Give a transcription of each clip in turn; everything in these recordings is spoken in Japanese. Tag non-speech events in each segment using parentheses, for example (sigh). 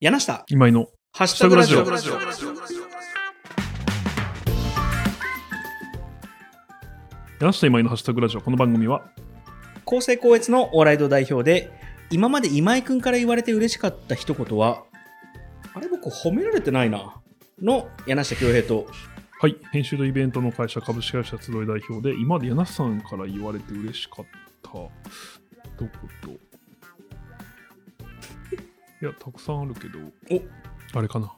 柳下、今井の。ハッシュタグラジオ。ハッシュタグラ柳下今井のハッシュタグラジオ。この番組は、高成高越のオーライド代表で、今まで今井くんから言われて嬉しかった一言は、あれ僕褒められてないな、の柳下恭平と、はい、編集とイベントの会社株式会社集い代表で、今まで柳さんから言われて嬉しかったどこと。いや、たくさんあるけど、おあれかな。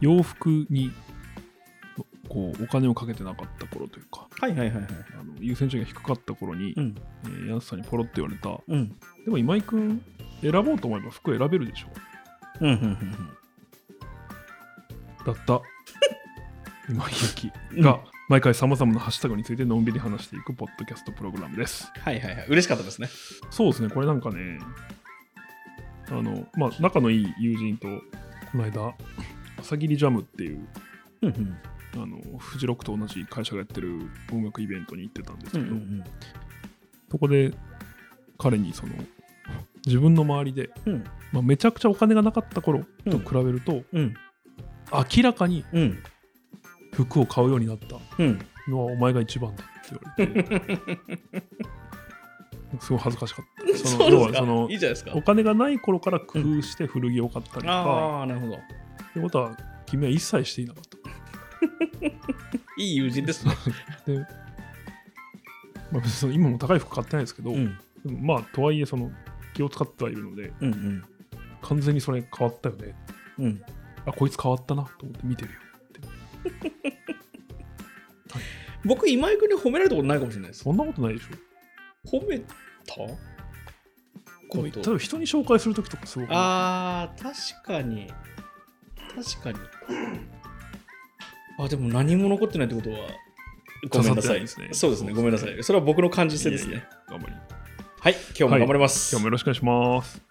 洋服に、こう、お金をかけてなかった頃というか、はいはいはいはい。あの優先順位が低かった頃に、うん、えー柳さんにポロって言われた、うん、でも今井君、選ぼうと思えば服選べるでしょ。うん、うん、うんだった。 (laughs) 今井ゆきが毎回さまざまなハッシュタグについてのんびり話していくポッドキャストプログラムです。はいはいはい。嬉しかったですね。そうですね、これなんかね、あの、まあ、仲のいい友人と、この間、朝霧ジャムっていう、うん、うん、あの、フジロックと同じ会社がやってる音楽イベントに行ってたんですけど、ん、そこで彼にその、自分の周りで、うん、まあ、めちゃくちゃお金がなかった頃うとん比べると、うん、明らかにうん、服を買うようになったうん。のはお前が一番だって言われてすごい恥ずかし (laughs) かったその要はそのいいじゃないですかお。金がない頃から工夫して古着を買ったりとか、ああ、なるほど。ってことは君は一切していなかっいい友人ですね。たで、まあ、別にその今も高い服買ってないですけど、うん、でもまあとはいえその気を使ってはいるのでうん、完全にそれ変わったよねうん、うん。あこいつ変わったなと思って見てるよ僕、今井君に褒められたことないかもしれないです。そんなことないでしょ褒めたこ例えば人に紹介するときとかすごくないあー、確かに。確かに。あ、でも何も残ってないってことは、ごめんなさい。刺さってないですねそうですね、ごめんなさい。それは僕の感じ性ですいえいね。え頑張り今はい、今日も頑張ります。日もよろしくお願いします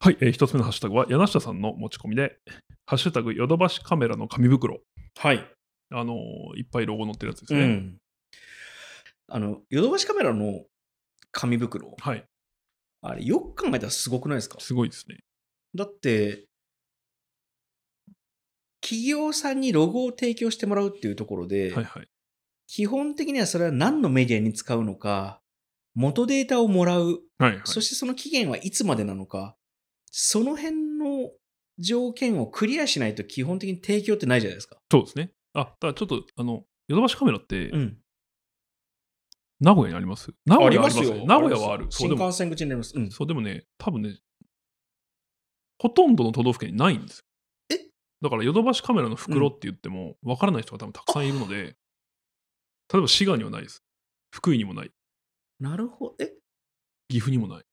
はい、えー、一つ目のハッシュタグは柳下さんの持ち込みで「ハッシュタグヨドバシカメラの紙袋はい。」あのーいっぱいロゴ載ってるやつですうね、ん。あの、ヨドバシカメラの紙袋、はいあれ、よく考えたらすごくないですかすごいですねだって、企業さんにロゴを提供してもらうっていうところで、はいはい基本的にはそれは何のメディアに使うのか、元データをもらう、はいはいそしてその期限はいつまでなのか、その辺の条件をクリアしないと基本的に提供ってないじゃないですか。そうですねあただちょっとあのヨドバシカメラってうん。名古屋にあります、名古屋ありますね名古屋はあるそ新うでも幹線口になります。うん。そうでもね、多分ね、ほとんどの都道府県にないんですよ。えだからヨドバシカメラの袋って言っても、わからない人が多分たくさんいるので、例えば滋賀にはないです。福井にもない。なるほど。え、岐阜にもない。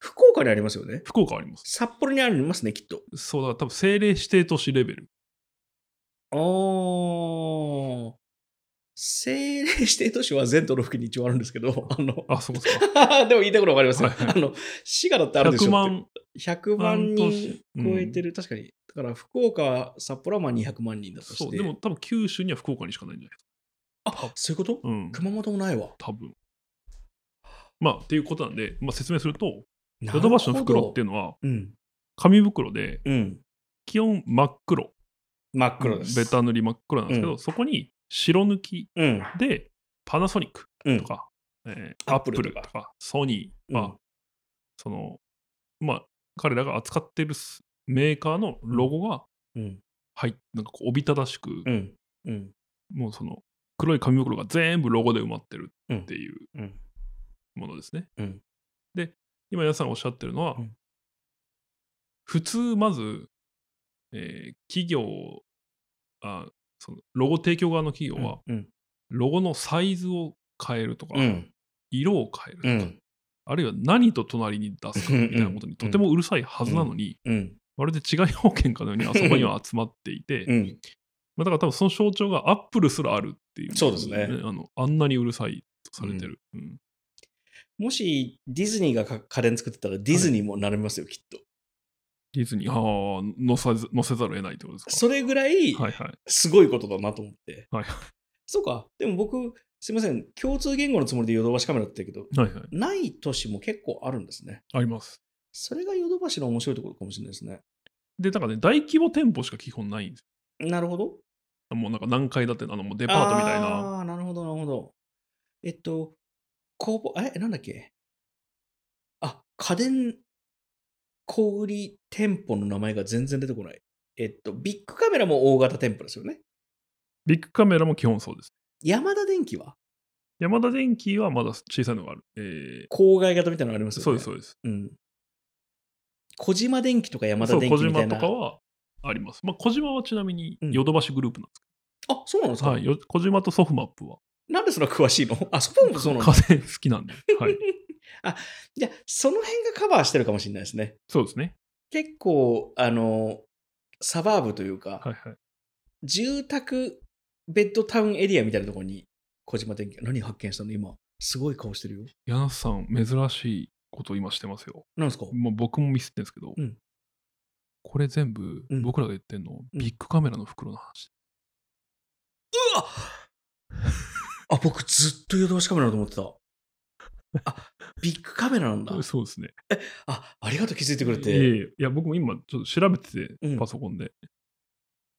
福岡にありますよね。福岡はあります。札幌にありますね、きっと。そうだ、多分政令指定都市レベル。ああ。政令指定都市は全都道府県に一応あるんですけど、あの、あ、そうですか。でも言いたいことわかりますよ。はいはあの、滋賀だ (laughs) ってあるでしょ100って。万、 100万半人年うん超えてる、確かに。だから福岡、札幌はまあ200万人だとして。そう、でも多分九州には福岡にしかないんじゃないですあそういうこと、か。うん、熊本もないわ。多分。まあ、っていうことなんで、まあ、説明すると、なるヨドほどバシの袋っていうのは、うん。紙袋で、うん。基本真っ黒。真っ黒です。ベタ塗り真っ黒なんですけど、うんそこに白抜きうん。でパナソニックうんと。か、えーアアッッププルルととかかソニーうは、んそのまあ彼らが扱ってるすメーカーのロゴがうん。入っなんかこうおびただしく、うん。うん。もうその黒い紙袋が全部ロゴで埋まってるうんっていううんものですね。うんで今皆さんがおっしゃってるのは、うん普通まず、えー企業あそのロゴ提供側の企業はうん。ロゴのサイズを変えるとか、うん。色を変えるとうか、ん。あるいは何と隣に出すかみたいなことにとてもうるさいはずなのに、うん。まるで違い保険かのようにあそこには集まっていて、うん。まあ、だから多分その象徴がアップルすらあるっていう、そうですねあのあんなにうるさいとされてる。うんもしディズニーがか家電作ってたらディズニーもなれますよ、きっと。ディズニー、ああ、乗せざ乗せざるを得ないってことですか。それぐらいはいはい。すごいことだなと思って。はいそうか。でも僕、すいません、共通言語のつもりでヨドバシカメラって言ったけど、はいはい。ない都市も結構あるんですね。あります。それがヨドバシの面白いところかもしれないですね。で、なんかね、大規模店舗しか基本ないんですなるほど。よ。もうなんか何階建てなのもうデデパートみたいな。ああ、なるほど、なるほど。えっと、工房、え、なんだっけあ、家電小売店舗の名前が全然出てこない。えっと、ビッグカメラも大型店舗ですよね。ビッグカメラも基本そうです。ヤマダ電機はヤマダ電機はまだ小さいのがある。え郊外型みたいなのありますーよね。そうです、そううです。ん。小島電機とか山そ田う、電小機みた島いな。とかはあります。まあ、小島はちなみにうんヨドバシグループなんですあ、そうなんですけか、ど、はい、よ小島とソフマップはなんでそんな詳しいのあ、そこもそうなの家電好きなんで、はい、じゃその辺がカバーしてるかもしれないですね。そうですね。結構、あの、サバーブというか、はいはい。住宅ベッドタウンエリアみたいなところに、小島電機が何発見したの今、すごい顔してるよ。柳瀬さん、珍しいことを今してますよ。なんですかまあ、僕もミスってんですけど、うんこれ全部うん僕らが言ってんの、んビッグカメラの袋の話。あ、僕ずっとヨドバシカメラだと思ってた。あ、ビッグカメラなんだ。そうですね。あ、ありがとう気づいてくれいえて。いえいや、僕も今ちょっと調べてて、うんパソコンで。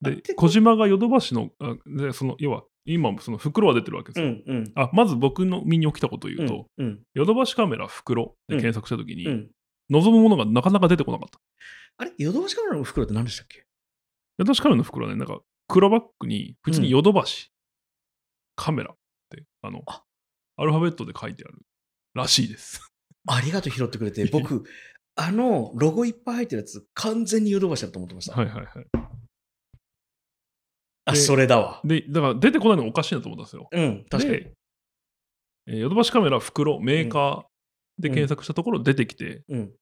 あでて、こ小島がヨドバシの、あでその要は、今もその袋は出てるわけですうよ。んうん。あまず僕の身に起きたことを言うと、うんうんヨドバシカメラ袋で検索したときに、うん、望むものがなかなか出てこなかった。あれヨドバシカメラの袋って何でしたっけヨドバシカメラの袋はね、なんか黒バッグに、普通にヨドバシ、カメラって、あのあアルファベットで書いてあるらし (laughs) いです。ありがとう拾ってくれて、僕、あのロゴいっぱい入ってるやつ、完全にヨドバシだと思ってました。はいはいはい。あ、でそれだわ。で、だから出てこないのがおかしいなと思ったんですよ。うん、確かに。で、えーヨドバシカメラ袋、メーカーで検索したところ出てきて、うん。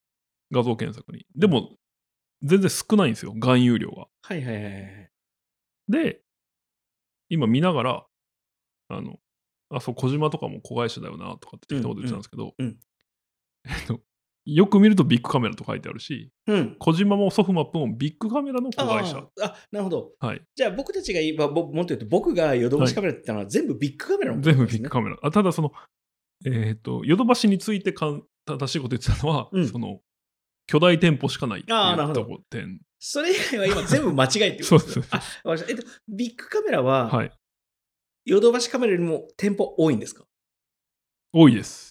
画像検索に。でも、全然少ないんですよ、含有量が。はいはいはいはい。で、今見ながら、あの、あ、そう、小島とかも子会社だよな、とかって適当なこと言ってたんですけど、うんうんえっと、よく見るとビッグカメラと書いてあるし、うん。小島もソフマップもビッグカメラの子会社。ああ、なるほど。はい。じゃあ僕たちが今、ぼもっと言うと、僕がヨドバシカメラって言ったのは全部ビッグカメラのこと全な部んでビすねッグカメラ。あただ、その、えっ、と、ヨドバシについてかん正しいこと言ってたのは、うんその、巨大店舗しかないっていあーなるうほとどこ点。それ以外は今全部間違いっていうそこうとです。あ、わかりました。えっと、ビッグカメラは、はい。ヨドバシカメラよりも店舗多いんですか多いです。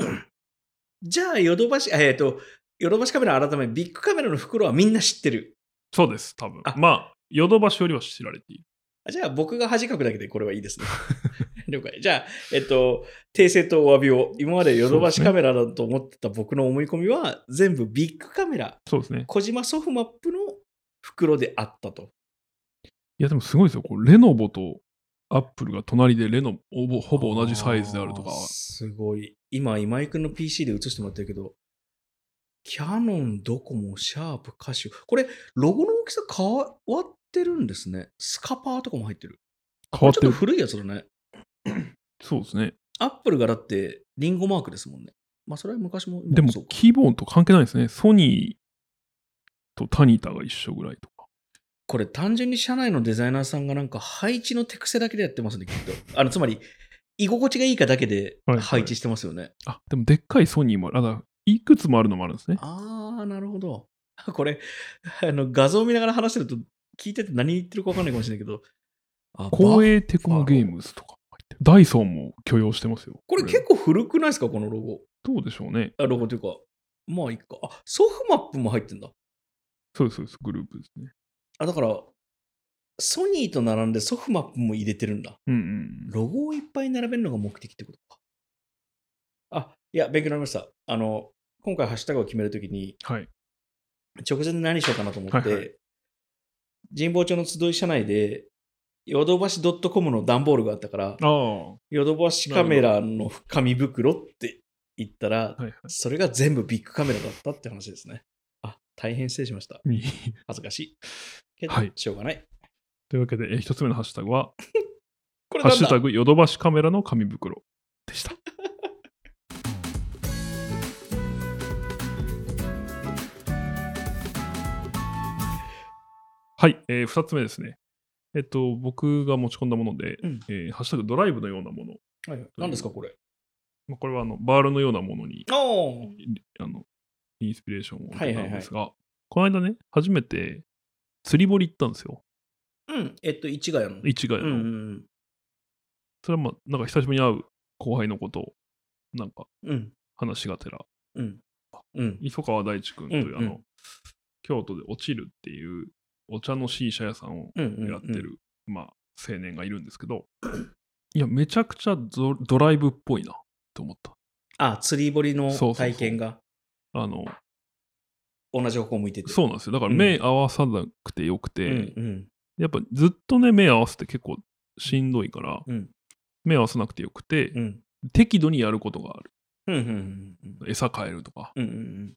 じゃあ、ヨドバシ、あえっと、ヨドバシカメラ改め、ビッグカメラの袋はみんな知ってる。そうです、多分あ。まあ、ヨドバシよりは知られている。あじゃあ僕が恥かくだけでこれはいいですね。 (laughs) 了解。じゃあ、えっと、訂正とお詫びを、今までヨドバシカメラだと思ってた僕の思い込みは、全部ビッグカメラ、そうですね。小島ソフマップの袋であったと。いや、でもすごいですよ。こうレノボとアップルが隣でレノほぼほぼ同じサイズであるとかあー。すごい。今、今井君の PC で映してもらってるけど、キャノン、ドコモ、シャープ、カシオ。これ、ロゴの大きさ変わってるんですね。スカパーとかも入ってる。変わっちょてっとる。古いやつだね。そうですね。アップルがだって、リンゴマークですもんね。まあ、それは昔も。今でもそう、かキーボードと関係ないですね。ソニーとタニタが一緒ぐらいとか。これ単純に社内のデザイナーさんがなんか配置の手癖だけでやってますね、きっと。あの、つまり、居心地がいいかだけではい配置してますよね。あ、でもでっかいソニーもある。あだいくつもあるのもあるんですね。あー、なるほど。 (laughs) これ、あの、画像を見ながら話してると、聞いてて何言ってるか分かんないかもしれないけど、あ光ば栄テクモゲームズとか入ってる。ダイソーも許容してますよ。これ結構古くないですか、このロゴ。構。どうでしょうね。あロゴというか、まあ、いっか。あ、ソフマップも入ってんだ。そうです、そうです。グループですね。あ、だから、ソニーと並んでソフマップも入れてるんだ。うんうん。ロゴをいっぱい並べるのが目的ってことか。あ、いや、勉強になりました。あの、今回ハッシュタグを決めるときに、はい。直前で何しようかなと思って、はいは神保町の集い社内で、ヨドバシ .com の段ボールがあったから、ああ。はヨドバシカメラの紙袋って言ったら、いはい。 (laughs) それが全部ビッグカメラだったって話ですね。あ、大変失礼しました。恥ずかしい。けど、はいしょうがない。というわけで、えー一つ目のハッシュタグは、これハッなんシュタだグヨドバシカメラの紙袋でした。 (laughs) はい、え2つ目ですね。えっと、僕が持ち込んだもので、うんえーハッシュタグドライブのようなものはいはい、何ですか、これ。まあ、これはあのバールのようなものにあああのインスピレーションを受けたんですが、この間ね、初めて釣り堀行ったんですよ。うん、えっと、市ヶ谷の。市ヶう谷んうの。んそれはまあ、なんか久しぶりに会う後輩のことを、なんかうん。うん。話がてら、うん。うん。磯川大地君という、うんあの、うん京都で落ちるっていうお茶の C 社屋さんをうん。うんやってる、。まあ、青年がいるんですけど、いや、めちゃくちゃドドライブっぽいなと思った。あ、釣り堀のそうそうそう体験があの、同じ方向向いてて。そうなんですよ。だからうん目合わさなくてよくて、うんうんやっぱずっとね、目合わせて結構しんどいから、うん目合わさなくてよくて、うん適度にやることがある。うんうんうん餌変えるとか。うんうん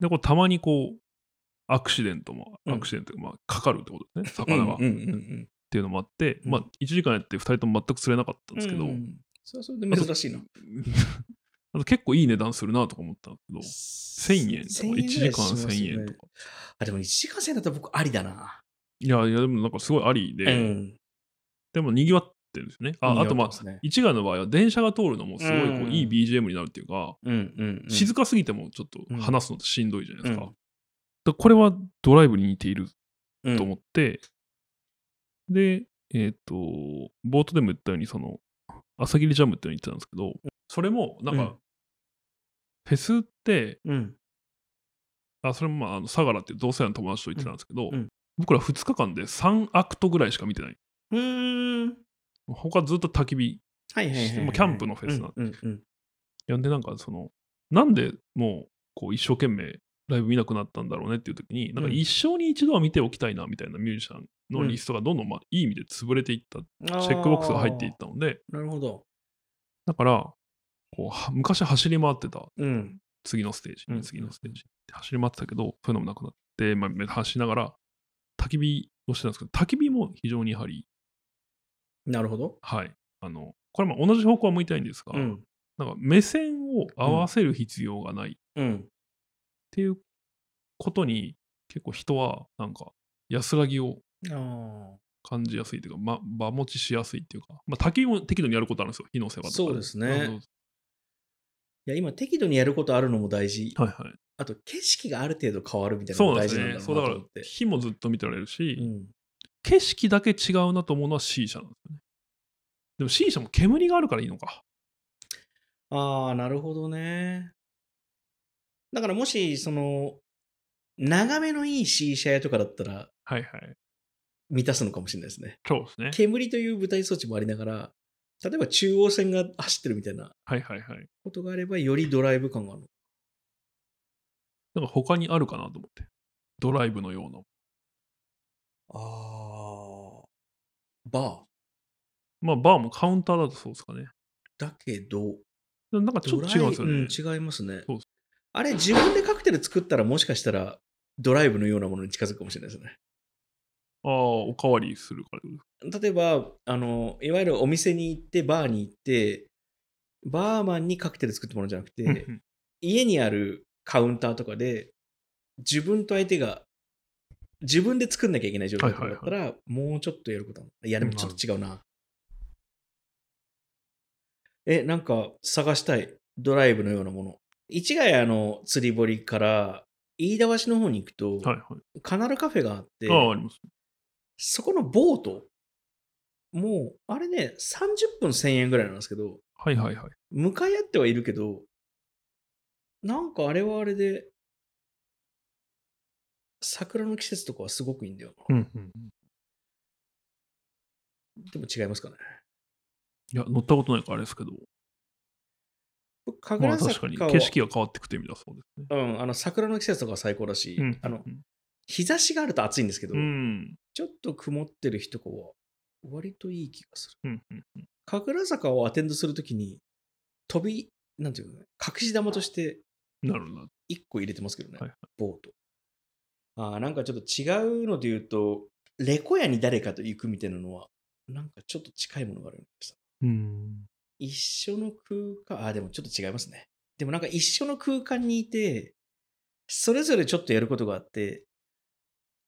で、こうたまにこう、アクシデントも、うんアクシデントがまあかかるってことですね、うん魚が。うんうんうんっていうのもあって、うんまあ1時間やって2人とも全く釣れなかったんですけど、うんうんそれはそれで珍しいな。あと結構いい値段するなとか思ったんです1000 1000円とか1時間1000円とか。あ、でも1時間1000円だったら僕ありだな。けど、いやいやでもなんかすごいありで、うん。でも賑わってるんですよね。ああとまあ、あ、市ヶ谷の場合は電車が通るのもすごいこううんいい BGM になるっていうか、うんうんうん。静かすぎてもちょっと話すのってしんどいじゃないですか。うんだからこれはドライブに似ているうんと思って、で、えっ、と、冒頭でも言ったように、その、朝霧ジャムっていうのに行ってたんですけど、それも、なんか、うんフェスって、うん。あ、それも、まあ、あの、相良っていう同世代の友達と行ってたんですけうど、んうん僕ら2日間で3アクトぐらいしか見てない。うーん。他ずっと焚き火。はいはいはいはい。もうキャンプのフェスなんうんうんうん。呼んで、なんか、その、なんでもう、こう、一生懸命、ライブ見なくなったんだろうねっていう時に、なんかうん一生に一度は見ておきたいなみたいなミュージシャンのリストがどんどんまあいい意味で潰れていった、チェックボックスが入っていったので、あー。なるほど。だから、こうは昔走り回ってたうん。次のステージうんに、次のステージって走り回ってたけど、そういうのもなくなって、まあ、走りながら、焚き火をしてたんですけど、焚き火も非常にやはり、なるほど。はい、あの、これも同じ方向は向いてないんですが、うん。なんか目線を合わせる必要がないっうん。ていうことに、結構人は、なんか、安らぎをああ。感じやすいというか、ま、場持ちしやすいっていうか、まあ、焚き火も適度にやることあるんですよ、火の世話とかそうですねそうそいや、今、適度にやることあるのも大事。うはいはい。あと、景色がある程度変わるみたいなのそうもな大んです事なんだろうね。なそとうだから思って。火もずっと見てられるし、うん景色だけ違うなと思うのは C 社なんですよね。でも C 社も煙があるからいいのか。ああ、なるほどね。だから、もし、その、眺めのいい C 社屋とかだったらはいはい。満たすのかもしれないですね。そうですね。煙という舞台装置もありながら、例えば中央線が走ってるみたいなはいはいはい。ことがあれば、よりドライブ感がある。なんか他にあるかなと思って。ドライブのような。ああ。バまあバーもカウンターだとそうですかね。ーだけど、でもなんかちょっと違うんですドよね。ライうん、違いますねそうで。あれ、自分でカクテル作ったら、もしかしたら、ドライブのようなものに近づくかもしれないですね。ああ、おかわりするから。例えば、あの、いわゆるお店に行って、バーに行って、バーマンにカクテル作ってもらうんじゃなくうんうて、ん家にあるカウンターとかで、自分と相手が、自分で作んなきゃいけない状況とかだったら、もうちょっとやることあるいや、でもちょっと違うな。え、なんか探したい。ドライブのようなもの。市ヶ谷の釣り堀から、飯田橋の方に行くと、はいはカナルカフェがあって、い。ああ、あります。そこのボート、もう、あれね、30分1000円ぐらいなんですけど、はいはいはい。向かい合ってはいるけど、なんかあれはあれで、桜の季節とかはすごくいいんだような。んうんでも違いますかね。いや、乗ったことないからあれですけど、僕、神まあ楽確か坂には景色が変わってくてみたそうですね。うん、あの桜の季節とかは最高だし、うんあの、日差しがあると暑いんですけど、うん。ちょっと曇ってる日とかは、割といい気がする。うんうん神楽坂をアテンドするときに、飛び、なんていうのね、隠し玉としてなるほどな。 1個入れてますけどね、はいはいボート。あーなんかちょっと違うので言うと、レコ屋に誰かと行くみたいなのは、なんかちょっと近いものがあるような気がした。うん。一緒の空間、あー、でもちょっと違いますね。でもなんか一緒の空間にいて、それぞれちょっとやることがあって、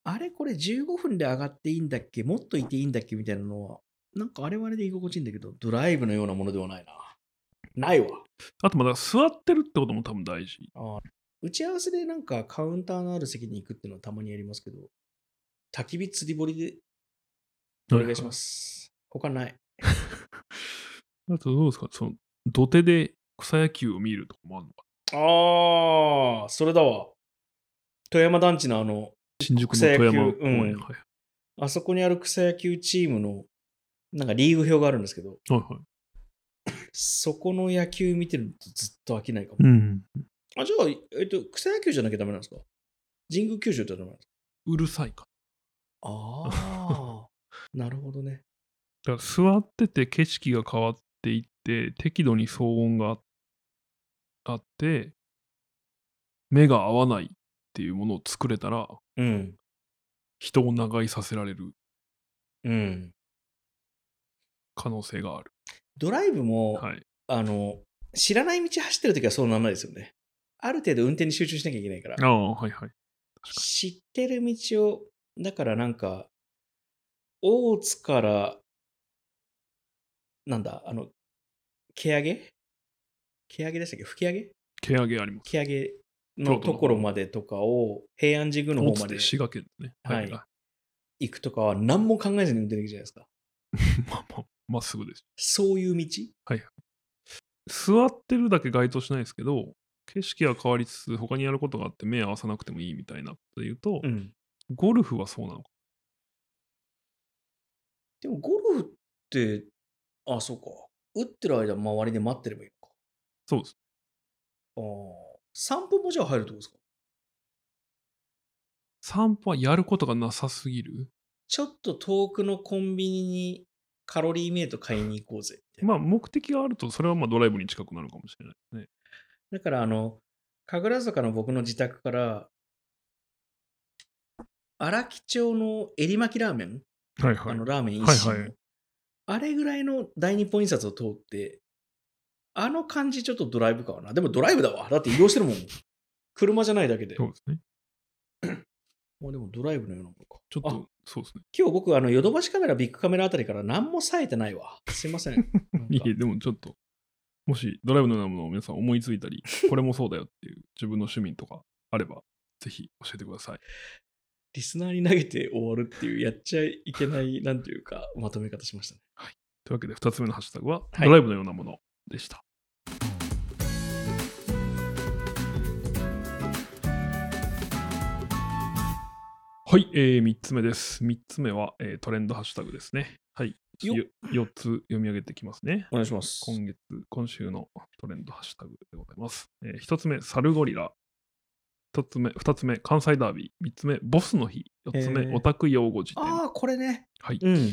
あれこれ15分で上がっていいんだっけもっといていいんだっけみたいなのは、なんかあれはあれで居心地いいんだけど、ドライブのようなものではないな。ないわ。あとまあだから座ってるってことも多分大事。。打ち合わせでなんかカウンターのある席に行くっていうのはたまにやりますけど、焚き火釣り堀でお願いしますす。他ない。あとどうですかその土手で草野球を見るとかもあるのかああ、それだわ。富山団地のあの、新宿の富山公園。草野球うんはいはいあそこにある草野球チームの、なんかリーグ表があるんですけど、はい。そこの野球見てるとずっと飽きないかも。うん。あ、じゃあ、えっと、草野球じゃなきゃダメなんですか神宮球場ってダメなんですかうるさいか。ああ、 (laughs) なるほどね。だから座ってて景色が変わっていって、適度に騒音があって、目が合わないっていうものを作れたら、うん。人を長居させられるうん。可能性がある。ドライブも、はい。あの、知らない道走ってるときはそうならないですよね。ある程度運転に集中しなきゃいけないからあ。あ、はいはい。知ってる道を、だからなんか、大津から、なんだ、あの、蹴上げ蹴上げでしたっけ吹き上げ毛上げあります。吹き上げ京の都のところまでとかを、平安神宮の大方ま津でで滋賀県でね。はい行くとかは何も考えずに運転できるじゃないですか。 (laughs) まあまあ、まっすぐです。そういう道座ってるだけ該当しないですけど、景色は変わりつつ、他にやることがあって目合わさなくてもいいみたいなことで言うと、ん。ゴルフはそうなのか。でもゴルフって、あ、そうか。打ってる間、周りで待ってればいいのか。そうです。ああ。散歩もじゃあ入るってことですか散歩はやることがなさすぎる。ちょっと遠くのコンビニにカロリーメイト買いに行こうぜ。まあ、目的があると、それはまあドライブに近くなるかもしれないですね。だから、あの、神楽坂の僕の自宅から、荒木町のエリマキラーメン、はいあはいの。ラーメン一品の、はいはいあれぐらいの大日本印刷を通って、あの感じちょっとドライブかはな。でもドライブだわ。だって移動してるもん。車じゃないだけで。そうですね。もうでもドライブのようなものか。ちょっあと、そうですね。今日僕、あの、ヨドバシカメラ、ビッグカメラあたりから何も冴えてないわ。すいませ (laughs) ん。なんかいえ、でもちょっと、もしドライブのようなものを皆さん思いついたり、これもそうだよっていう自分の趣味とかあれば、ぜひ教えてください。リスナーに投げて終わるっていう、やっちゃいけない、なんていうか、まとめ方しましたね。というわけで、2つ目のハッシュタグは、はいドライブのようなものでした。はい、え3つ目です。3つ目は、えートレンドハッシュタグですね。はい。よ4つ読み上げてきますね。お願いします。今月、今週のトレンドハッシュタグでございます。え1つ目、サルゴリラ。1つ目、2つ目、関西ダービー。3つ目、ボスの日。4つへ目、ーオタク用語辞典。ああ、これね。はい。うん。い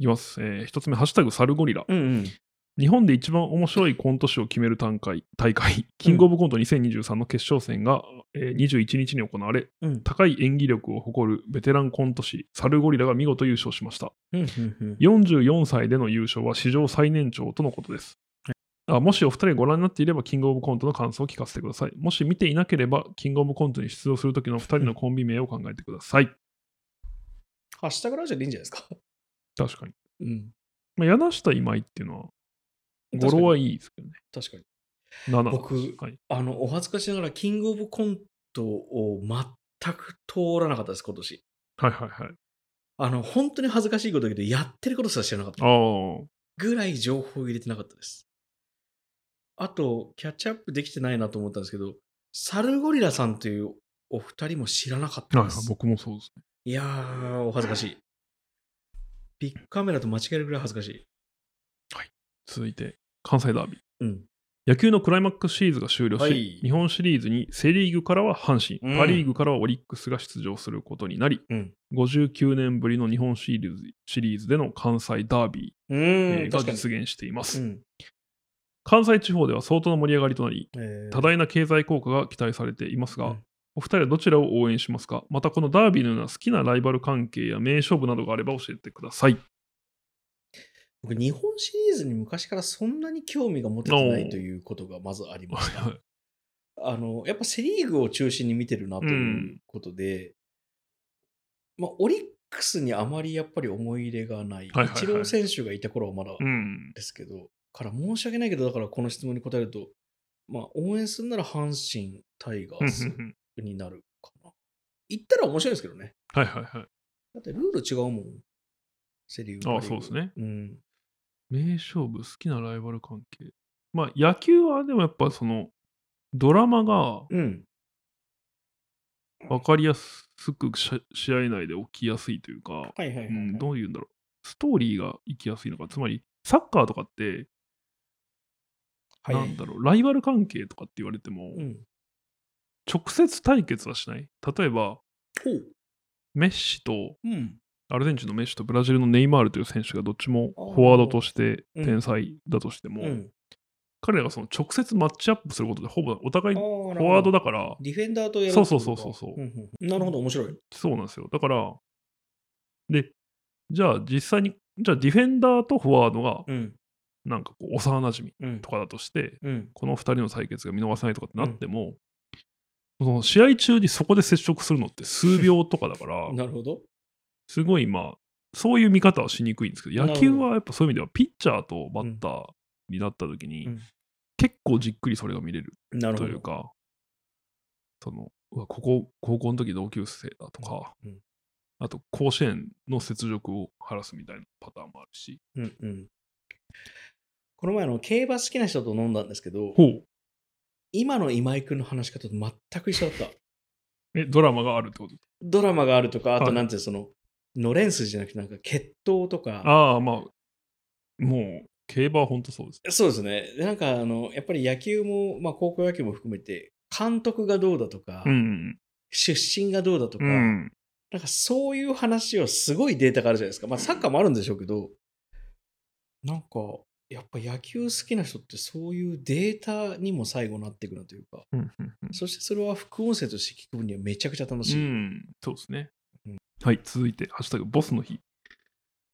きます。え1つ目、ハッシュタグ、サルゴリラ。うんうん。日本で一番面白いコント師を決める大会、大会キングオブコント2023の決勝戦が、えー21日に行われ、うん。高い演技力を誇るベテランコント師、サルゴリラが見事優勝しました。うんうんうん44歳での優勝は史上最年長とのことです。あもしお二人ご覧になっていれば、キングオブコントの感想を聞かせてください。もし見ていなければ、キングオブコントに出場するときのお二人のコンビ名を考えてください。ハッシュタグラジオでいいんじゃないですか。 (laughs) 確かに。うん。まあ、柳下今井っていうのは、語確か呂にはいいですけどね。確かに。 7僕はい、あの、お恥ずかしながら、キングオブコントを全く通らなかったです、今年。はいはいはい。あの、本当に恥ずかしいことだけど、やってることすら知らなかった。ああ。ぐらい情報を入れてなかったです。あと、キャッチアップできてないなと思ったんですけど、サルゴリラさんというお二人も知らなかったはいはでいす。僕もそうですね。いやー、お恥ずかしい。ビッグカメラと間違えるぐらい恥ずかしい。続いて、関西ダービー。うん。野球のクライマックスシリーズが終了し、はい日本シリーズにセ・リーグからは阪神、うんパ・リーグからはオリックスが出場することになり、うん。 59年ぶりの日本シリーズシリーズでの関西ダービうー、えーーん、が確かに。実現しています、うん。関西地方では相当な盛り上がりとなり、えー多大な経済効果が期待されていますが、うんお二人はどちらを応援しますかまたこのダービーのような好きなライバル関係や名勝負などがあれば教えてください。僕、日本シリーズに昔からそんなに興味が持ててないということがまずありました。あの、やっぱセリーグを中心に見てるなということで、まあ、オリックスにあまりやっぱり思い入れがない。はいはいはイいチロー選手がいた頃はまだうん。ですけど、から申し訳ないけど、だからこの質問に答えると、まあ、応援するなら阪神タイガうんうースんうんになるかな。言ったら面白いですけどね。はいはいはい。だってルール違うもん。セリーグあパあ、リーそうグですね。うん。名勝負、好きなライバル関係。まあ、野球はでもやっぱその、ドラマがうん。分かりやすくし試合内で起きやすいというか、はいはいはい、はいうん、どういうんだろう。ストーリーが行きやすいのか、つまり、サッカーとかって、はいなんだろう、ライバル関係とかって言われても、うん。直接対決はしない。例えば、ほう。メッシと、うん。アルゼンチンのメッシとブラジルのネイマールという選手がどっちもフォワードとしてうん天才だとしても、うん。彼らがその直接マッチアップすることで、ほぼお互いあフーなるほォワードだから、ディフェンダーとやるそうそうそうそうそううんうんうんなるほど、面白い。そうなんですよ。だから、で、じゃあ実際に、じゃあディフェンダーとフォワードが、うん。なんかこう、幼馴染うんと。かだとして、うん。この2人の対決が見逃せないとかってなっても、その試合中にそこで接触するのって数秒とかだか (laughs) ら、なるほど。すごいまあ、そういう見方はしにくいんですけど、なる野ほど球はやっぱそういう意味では、ピッチャーとバッターになった時に、うん結構じっくりそれが見れるなるほとど。いうか、その、うわここ、高校の時同級生だとか、うんうんあと甲子園の雪辱を晴らすみたいなパターンもあるし、うんうん。この前あの、競馬好きな人と飲んだんですけど、ほう。今の今井君の話し方と全く一緒だった。 (laughs) え、ドラマがあるってことドラマがあるとか、あはといなんていうのその、のれん筋じゃなくて、なんか血統とか、ああ、まあ、もう、競馬は本当そうです。そうですね。でなんかあの、やっぱり野球も、まあ、高校野球も含めて、監督がどうだとか、うん。出身がどうだとか、うん。なんかそういう話はすごいデータがあるじゃないですか。まあサッカーもあるんでしょうけど、なんかやっぱ野球好きな人ってそういうデータにも最後なっていくなというか、うん。うんそしてそれは副音声として聞く分にはめちゃくちゃ楽しうい。ん、そうですねうん。はい、続いて、ハッシュタグボスの日。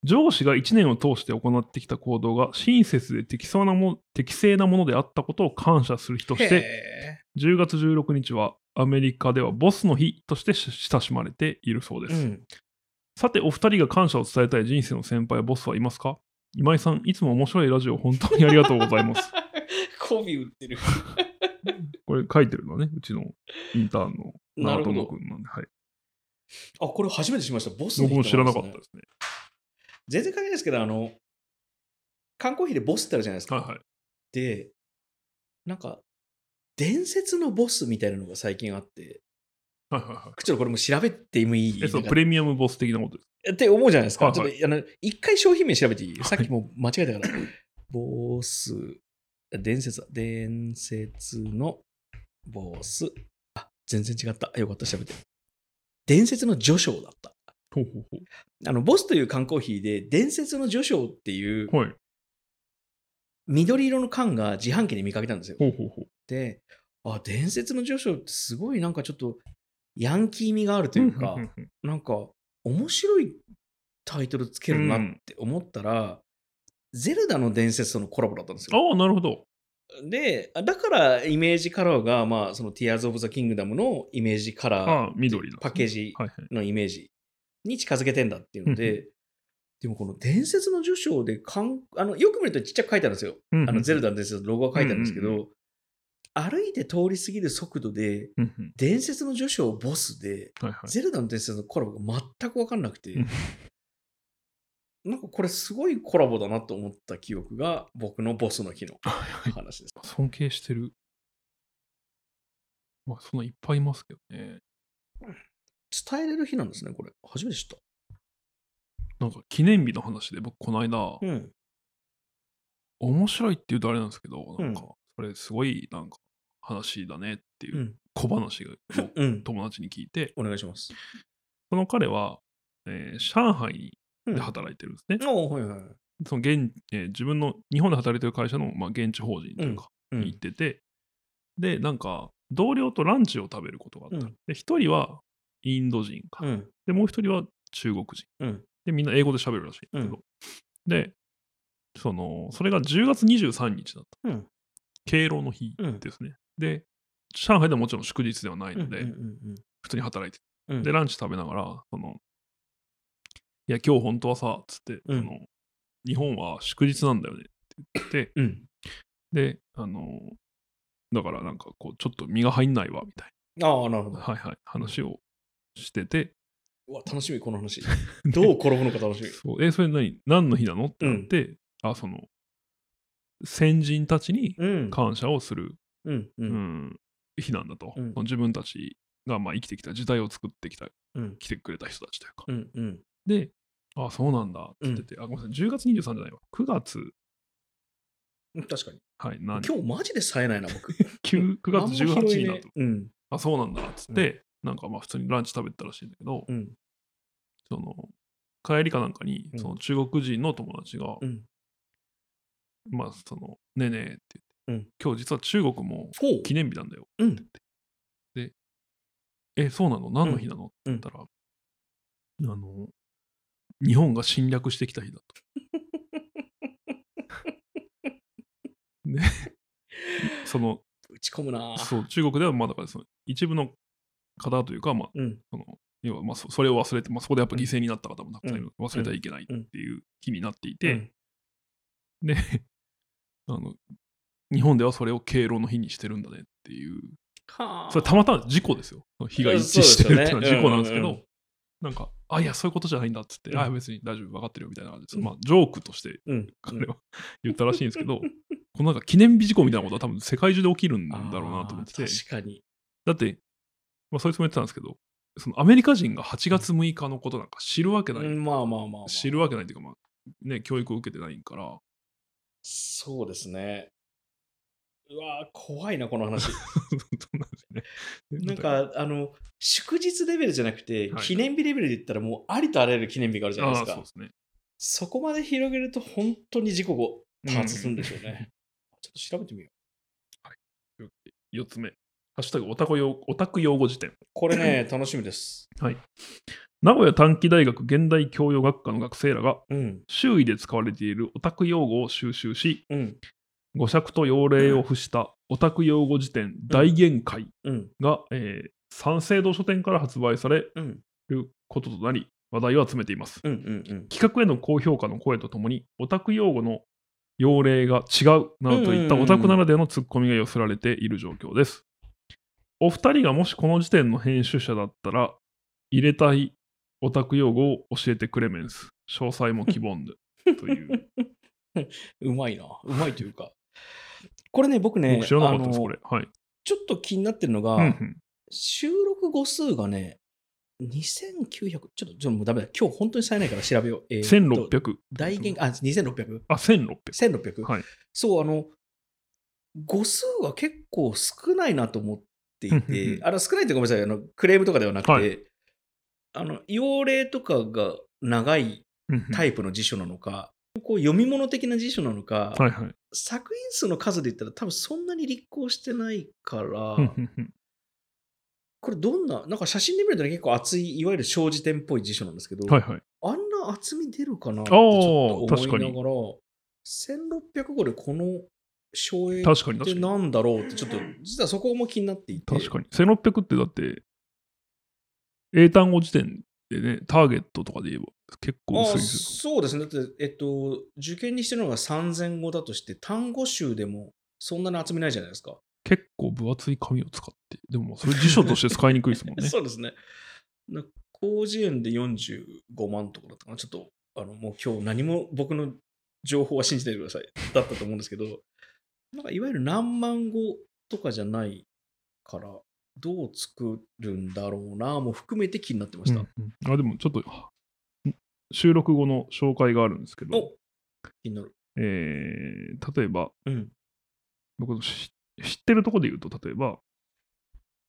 上司が1年を通して行ってきた行動が親切で適そうなも適正なものであったことを感謝する日として、へ10月16日はアメリカではボスの日として親しまれているそうーです。うんさて、お二人が感謝を伝えたい人生の先輩ボスはいますか今井さん、いつも面白いラジオ本当にありがとうござ (laughs) います。コビ売ってる。これ書いてるのはね、うちのインターンの長友君なんで、はい、あ、これ初めて知りました。ボスの僕日も知らなかっんたですでねすね。全然関係ないですけど、あの、缶コーヒーでボスってあるじゃないですか。はいはい。で、なんか、伝説のボスみたいなのが最近あって、はいはいはいちょっとこれも調べてもいいえそなうんかプレミアムボス的なことです。って思うじゃないですか。はいちょはっいとあの一回商品名調べていいさっきもう間違えたから。ボス、伝説だ、伝説のボス。あ、全然違った。よかった、調べて。伝説の序章だった。ほうほうほあの、ボスという缶コーヒーで、伝説の序章っていうう。はい。緑色の缶が自販機で見かけたんですよ。ほうほうほう。で、あ、伝説の序章ってすごいなんかちょっとヤンキー味があるというか、んんうんなんか面白いタイトルつけるなって思ったら、ゼルダの伝説とのコラボだったんですよ。ああ、なるほど。で、だからイメージカラーが、まあ、その Tears of the Kingdom のイメージカラー、ああ、緑だ、パッケージはいはい。のイメージに近づけてんだっていうのうんで、でもこの伝説の序章でかんあの、よく見るとちっちゃく書いてあるんですよ。うんうんあのゼルダの伝説のロゴが書いてあるんですけど、うんう歩いて通り過ぎる速度で、うんうん伝説の序章をボスで、はいはい。ゼルダの伝説のコラボが全く分かんなくてうん、 (laughs) なんかこれすごいコラボだなと思った記憶が僕のボスの日 (laughs) の話です。尊敬してる。まあ、そんないっぱいいますけどね。伝えれる日なんですね、これ。初めて知っなんか記念日の話で、僕、この間、た。うん。面白いって言うとあれなんですけど、なんかうん、。それすごい、なんか、話だねっていううん小話が、うん。友達に聞いて、お願いします。その彼は、えー上海うんで働いてるんですね。おうはいはい。その現えー自分の日本で働いてる会社の、まあ、現地法人というか、うに行っん。てて、で、なんか、同僚とランチを食べることがあった。うんで、一人はインド人か、うん。で、もう一人は中国人。うん。で、みんな英語で喋るらしいんだけど、うで、その、それが10月23日だった。うん敬老の日ですね。で、上海ではもちろん祝日ではないので、うんうんうん普通に働いてて、うんで、ランチ食べながら、その、いや、今日本当はさ、つって、うんあの、日本は祝日なんだよねって言って、うん。で、あの、だからなんかこう、ちょっと身が入んないわ、みたいああ、なるほどな、。はいはい、話をしてて、うわ、楽しみ、この (laughs) 話。どう転ぶのか楽しみ。そうえ、それ何、何の日なのってなって、あ、その、先人たちにうん。感謝をする、うん。ううんん。日なんだと。うん自分たちがまあ生きてきた時代を作ってきた、うん。来てくれた人たちというか。うん。うん。で、あそうなんだって言ってて、あ、ごめんなさい、10月23じゃないわ、9月、確かに。はい、何今日マジで冴えないな、僕。 (laughs) 9 9月18日になっったた。うん。あ、そうなんだっつって、なんかまあ普通にランチ食べてたらしいんだけど、うん。その帰りかなんかにう、んその中国人の友達が、うん。まあその、ねえねえって言って、うん今日実は中国もほう。記念日なんだよ。うん。え、そうなの何の日なの、うんって言ったら、あの、日本が侵略してきた (laughs) 日だと。ね、その、打ち込むな。そう、中国ではまあだからその一部の方というか、まあ、うん。その要はまあそそれを忘れて、まあ、そこでやっぱ犠牲になった方もたくさんいる、忘れてはいけないっていう日になっていて、うんであの、日本ではそれを敬老の日にしてるんだねっていう、はあ。それたまたま事故ですよ、日が一致してるっていうのはそうですよね事故なんですけど、うんうんなんか、あ、いや、そういうことじゃないんだっつって、うんあいや別に大丈夫、分かってるよみたいな感じで、うんまあ、ジョークとしてうん。彼は言ったらしいんですけど、このなんか記念日事故みたいなことは多分世界中で起きるんだろうなと思っててあ。ー確かに。だって、まあ、そいつも言ってたんですけど、そのアメリカ人が8月6日のことなんか知るわけない、うんまあまあまあまあ。知るわけないっていうか、まあね、教育を受けてないから、 (laughs) そうですね。うわー怖いな、この (laughs) 話。そんなんですね。なんか、あの、祝日レベルじゃなくて、はい記念日レベルで言ったら、もうありとあらゆる記念日があるじゃないあであ、すか。そうですね。そこまで広げると、本当に事故が多発するんでしょうね。ちょっと調べてみよう。 4つ目、ハッシュタグオタク用オタク用語辞典。これ (laughs) ね、楽しみです。名古屋短期大学現代教養学科の学生らが、うん、周囲で使われているオタク用語を収集し、うん、語尺と用例を付したオタク用語辞典大限界うん、が、えー三省堂書店から発売されうん、ることとなり、話題を集めています。うん、うん。企画への高評価の声とともに、オタク用語の用例が違うなどといったうんうんうんオタクならではのツッコミが寄せられている状況です。お二人がもしこの時点の編集者だったら、入れたいオタク用語を教えてくれメンス。詳細も希望ぬ。 (laughs) という。うまいな。うまいというか。これね、僕ね、僕知らなかったです、あのこれ。はい。ちょっと気になってるのが、うんうん収録語数がね、2900、ちょっと、ちょっともうダメだ。今日本当に冴えないから調べよう。えーっと1600。大元、あ、2600?1600 あ、1600。。 1600はい。そう、あの、語数が結構少ないなと思っていうんうんうて、んあの、少ないってごめんなさい、あの、クレームとかではなくて、はいあの、用例とかが長いタイイプの辞書なのか、こう読み物的な辞書なのか、はいはい。作品数の数で言ったら多分そんなに立候してないから、うんうんうんこれどんな、なんか写真で見るとね結構厚い、いわゆる小辞典っぽい辞書なんですけど、はいはい。あんな厚み出るかなってちょっと確か思いにながら、1600語でこの省エネっ確かにて確かに。なんだろうって、ちょっと実はそこも気になっていて。確かに。1600ってだって、英単語時点でね、ターゲットとかで言えば結構薄いあですそうですね。だって、えっと、受験にしてるのが3000語だとして、単語集でもそんなに厚みないじゃないですか。よ。結構分厚い紙を使って、でもそれ辞書として使いにくいですもん (laughs) ね。そうですね。な広辞苑で45万とかだったかな。ちょっと、あの、もう今日何も僕の情報は信じないでください。だったと思うんですけど、なんかいわゆる何万語とかじゃないから、どう作るんだろうな、も含めて気になってました。うんうんあでもちょっとん収録後の紹介があるんですけどお、気になる。えー例えば、うん。僕のし知ってるとこで言うと、例えば、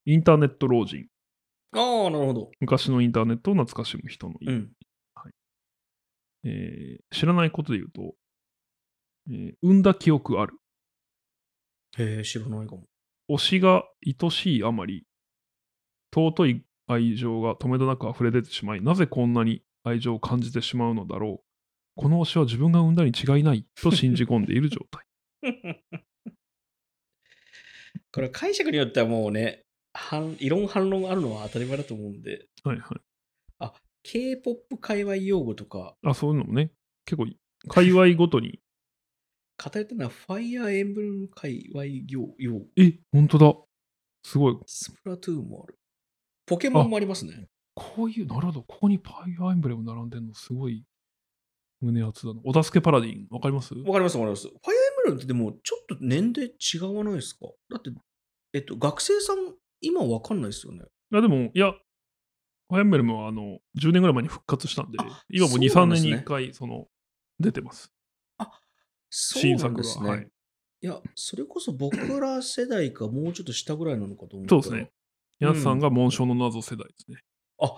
インターネット老人、ああ、なるほど。昔のインターネットを懐かしむ人の意う味ん。えー知らないことで言うと、えー産んだ記憶ある。へえ、知らないかも。推しが愛しいあまり、尊い愛情が止めどなく溢れ出てしまい、なぜこんなに愛情を感じてしまうのだろう。この推しは自分が産んだに違いないと信じ込んでいる状態。 (laughs) これ解釈によってはもうね、反異論反論あるのは当たり前だと思うんで、はいはい。あ、 K-POP 界隈用語とか、あ、そういうのもね、結構、界隈ごとに、 (laughs) 偏ったのはファイアーエンブレム界隈用用語。え、本当だ。すごい。スプラトゥーンもある。ポケモンもありますね。こういう、なるほど。ここにパイアーエンブレム並んでるの、すごい胸熱だな。お助けパラディン、わかりますわかりますわかります。ファイアーエンブレムってでもちょっと年齢違わないですかだって、えっと、学生さん、今わかんないですよね。いや、でも、いや、ファイアーエンブレムはあの10年ぐらい前に復活したんであ、今もう2、そう3なんで年すねに1回、その、出てます。そう新なん作でが。すね。はいい、、や、それこそ僕ら世代かもうちょっと下ぐらいなのかと思う。そうですね。。やつさんが紋章の謎世代ですね。あ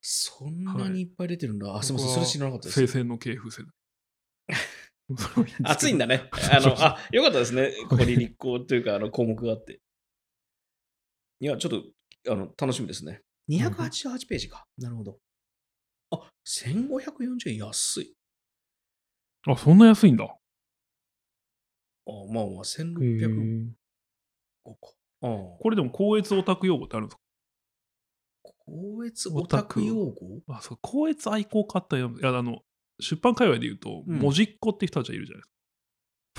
そんなにいっぱい出てるんだ。あ、すみません、そ僕はれ知らなかったです聖。戦の系譜世代。 (laughs) それはいいんですけど暑いんだね。そうあそうの、あ、よかったですね。ここに立候というか、あの、項目があって。いや、ちょっと、あの、楽しみですね。288ページか。なるほど。あ、1540円安い。あ、そんな安いんだ。あ、まあまあ、1605へえか。ああ。これでも、光悦オタク用語ってあるんです光悦オタク用語かあ、そう、光悦愛好家って読む。いや、あの、出版界隈で言うと、うん文字っ子って人たちがいるじゃないですか。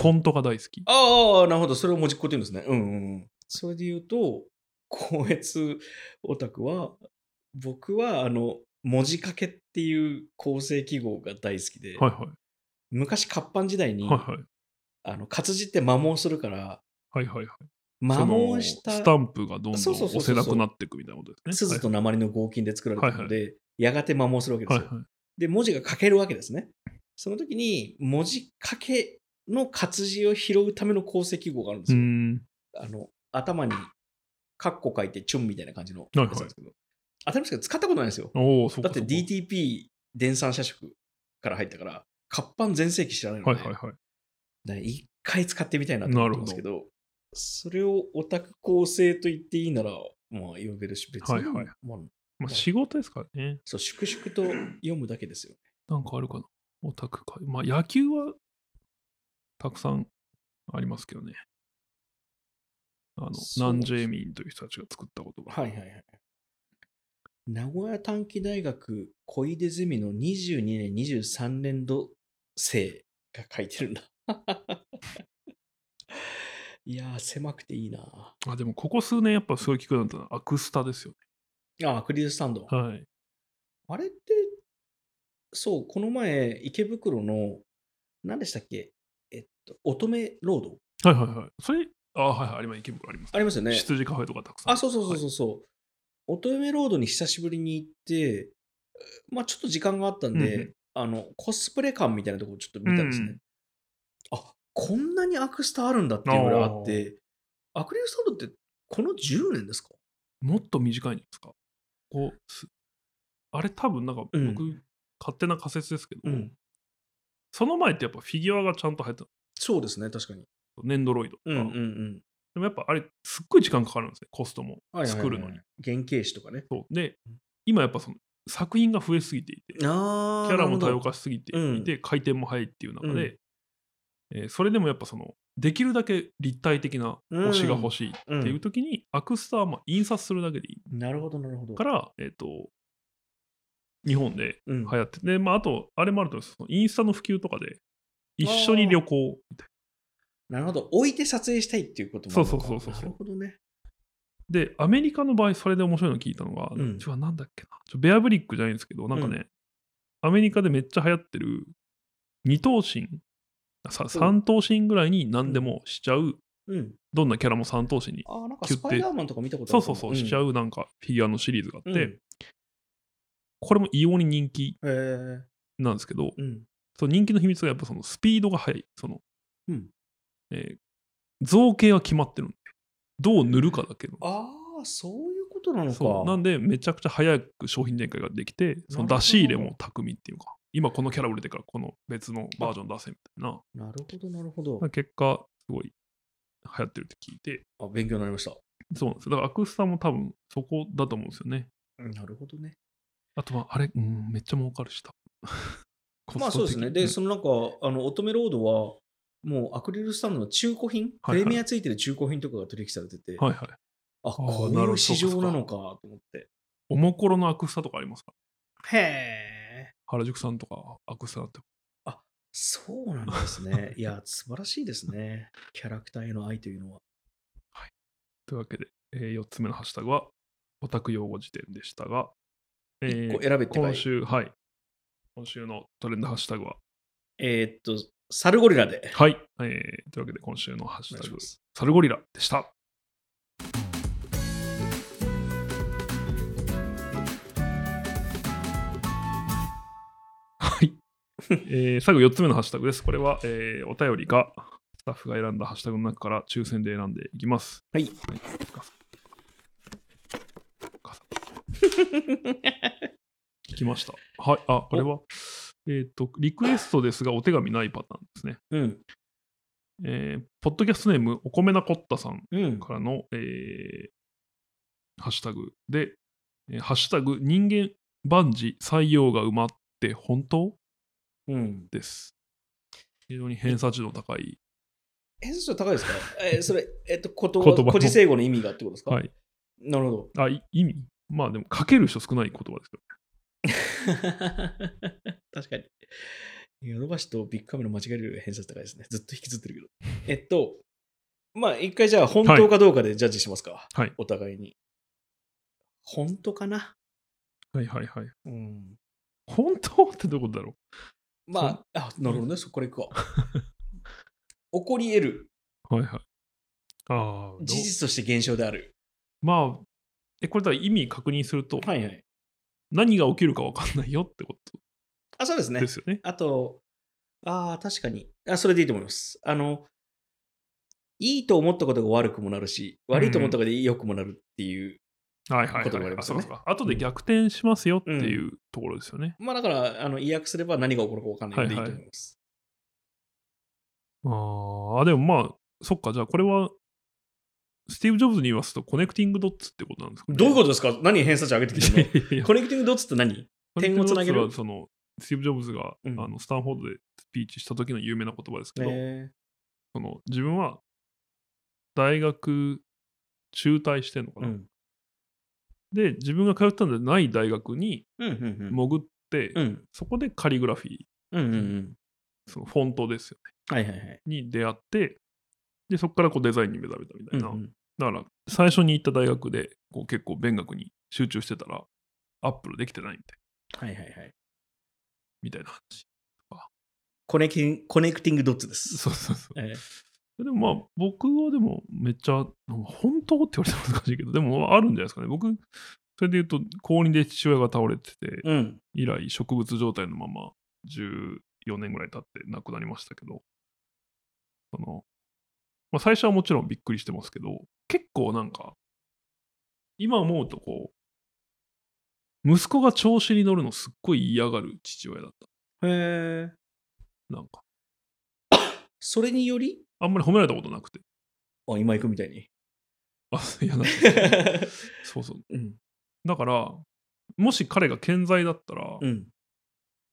フォントが大好き。ああ、なるほど。それを文字っ子って言うんですね。うんうんうん。それで言うと、光悦オタクは、僕は、あの、文字かけっていう構成記号が大好きで、はいは昔活版時代に、い。はいはい。あの活字って摩耗するからはいはいはい。摩耗したそのスタンプがどんどんそうそうそう押そうせなくなっていくみたいなことですね。鈴と鉛の合金で作られたので、やがて摩耗するわけですはいよ、はいはいで文字が書けるわけですねその時に文字書けの活字を拾うための構成記号があるんですうーよ、んあの頭にカッコ書いてチュンみたいな感じのやつなんですけど、当たり前ですけど使ったことないんですよおお、そうだっかてそうか DTP 電産社食から入ったから活版全盛期知らないので、はいはいはい。ね一回使ってみたいなと思ってますけど、それをオタク構成と言っていいなら、まあ、読めるし、別に、はいはいまあ、まあ、仕事ですからね。そう、粛々と読むだけですよ。なんかあるかな。オタク会。まあ、野球はたくさんありますけどね。あの、そうナなんン・ですジェイミンという人たちが作った言葉。 (clears throat) はいはいはい。名古屋短期大学小出ゼミの22年、23年度生が書いてるんだ。 (laughs) いやー、狭くていいなあ、でも、ここ数年やっぱすごい聞くようになったのはアクスタですよあー、クリルスタンド。ね。はい。あれって、そう、この前、池袋の、何でしたっけえっと、乙女ロードはいはいはい。それ、あ、はいはい、あります。池袋あります。ありますよね。羊カフェとかたくさん。あ、そうそうそうそうそう、乙女ロードに久しぶりに行って、まあちょっと時間があったんで、うんうんあの、コスプレ感みたいなところちょっと見たんですね。あ、こんなにアクスタあるんだっていうぐらいあって、アクリルスタンドってこの10年ですかもっと短いんですかこうすあれ多分なんか僕、うん勝手な仮説ですけど、。その前ってやっぱフィギュアがちゃんと入ってたそうですね、確かに。の粘土ロイドとか、うんうんうん。でもやっぱあれすっごい時間かかるんですねコストもはいはいはい作るのに、。原型師とかね。そうで今やっぱその作品が増えすぎていてキあャラも多様化しすぎていて、回転も速いっていう中で、えーそれでもやっぱそのできるだけ立体的な推しが欲しいっていう時に、アクスターはまあ印刷するだけでいいなるほど、なるほど。から、えっ、と、日本でうん、流行って、で、まあ、あと、あれもあると思うんですそのインスタの普及とかで、一緒に旅行みたいなるほど。置いて撮影したいっていうこともあるのかそうそうそうそうそうなるほどね。な。で、アメリカの場合、それで面白いの聞いたのが、うんちょなんだっけな、ちょベアブリックじゃないんですけど、なんかね、アメリカでめっちゃ流行ってる、二等身、さ三等身ぐらいに何でもしちゃう、うん。どんなキャラも三等身に、あーなんかキュッスてパイダーマンとか見たことあそるうかそもうそう、しちゃううなんかフィギュアのシリーズがあん。って、これも異様に人気うん、えなんですけど、ーうん。その人気の秘密がやっぱそのスピードが速い。その、うんえー造形は決まってるんで、どう塗るかだけの。ああ、そういうことなのか。そうなんで、めちゃくちゃ早く商品展開ができて、その出し入れも巧みっていうか、今このキャラ売れてからこの別のバージョン出せみたいな。なるほど、なるほどまあ。結果、すごい流行ってるって聞いて、あ勉強になりました。そうなんですよ。だからアクスタも多分そこだと思うんですよね。なるほどね。あとは、あれ、うん、めっちゃ儲かるし、多分コまあスそうトです的にね。で、そのなんか、あの乙女ロードは、もうアクリルスタンドの中古品、はいはいプレミアついてる中古品とかが取引されてて、はいはい。あ、あーこうなるいほうど市場なのかそうかと思って。おもころのアクスタとかありますかへえ。原宿さんとかアクスさんって。そうなんですね。いや、素晴らしいですね。キャラクターへの愛というのは。というわけで、え4つ目のハッシュタグは、オタク用語辞典でしたが、えーこう選べってばい今い週、はい。今週のトレンドハッシュタグは、えーっと、サルゴリラで。はい。えーというわけで、今週のハッシュタお願グいします、サルゴリラでした。はい。えー最後4つ目のハッシュタグです。これは、えーお便りがスタッフが選んだハッシュタグの中から抽選で選んでいきます。はい。ガサガサ聞きました。はい。あ、これは、えっ、と、リクエストですが、お手紙ないパターンですね。うん。えーポッドキャストネーム、お米なこったさんうん。からの、えーハッシュタグで、えーハッシュタグ、人間万事採用が埋まって本当うん。です。非常に偏差値の高い。偏差値は高いですか (laughs) えーそれ、えーっと、こと言葉の個人生語の意味がってことですかはい。なるほど。あ、い意味まあでも、書ける人少ない言葉ですけど。確かに。ヨドバシとビッグカメラ間違えるより偏差値高いですね。ずっと引きずってるけど。えっと、まあ一回じゃあ本当かどうかでジャッジしますか。はいお互いに。本当かなはいはいはい。うん。本当ってどういうことだろまあ、あ、なるほどね。そこからいくか。 (laughs) 起こり得る。う。はいはい。ああ、どう事実として現象である。まあ、え、これだから意味確認すると、はいはい。何が起きるか分かんないよってことあ、そうですねで。すよね。あと、ああ、確かに。あ、それでいいと思います。あの、いいと思ったことが悪くもなるし、悪いと思ったことが良くもなるっていう。はいはい、ことはがあいりあますそようねかそうか。後で逆転しますよっていうところですよね。まあだから、あの、意訳すれば何が起こるか分かんないのでいいはといはい思います。ああ、でもまあ、そっか、じゃあこれは、スティーブ・ジョブズに言いますと、コネクティングドッツってことなんですか、ね、どういうこととですか何偏差値上げて (laughs) きてるのコネクティングドッツって何点をつなげるそのスティーブ・ジョブズが、うんあのスタンフォードでスピーチした時の有名な言葉ですけど、えその自分は大学中退してんのかーうな、ん。で、自分が通ったんじゃない大学にうんうんうん。潜って、うん。そこでカリグラフィー、うんうんうん。そのフォントですよはいはいはい。ね、に出会って、で、そこからこうデザインに目覚めたみたういんうな。んだから、最初に行った大学でこう結構勉学に集中してたら、アップルできてないみたいはいはいはい。みたいな話。コネキンコネクティングドッツです。そうそうそう。えでもまあ、僕はでもめっちゃ、本当って言われたら難しいけど、でもあるんじゃないですかね。僕、それで言うと、高2で父親が倒れてて、ーうん。以来植物状態のまま14年ぐらい経って亡くなりましたけど、その、まあ、最初はもちろんびっくりしてますけど、結構なんか、今思うとこう、息子が調子に乗るのすっごい嫌がる父親だっへえ。た。なんか、それによりあんまり褒められたことなくて。あ、今行くみたい (laughs) に。あ、いや、なんか、 (laughs) そうそう。うん。だから、もし彼が健在だったら、うん。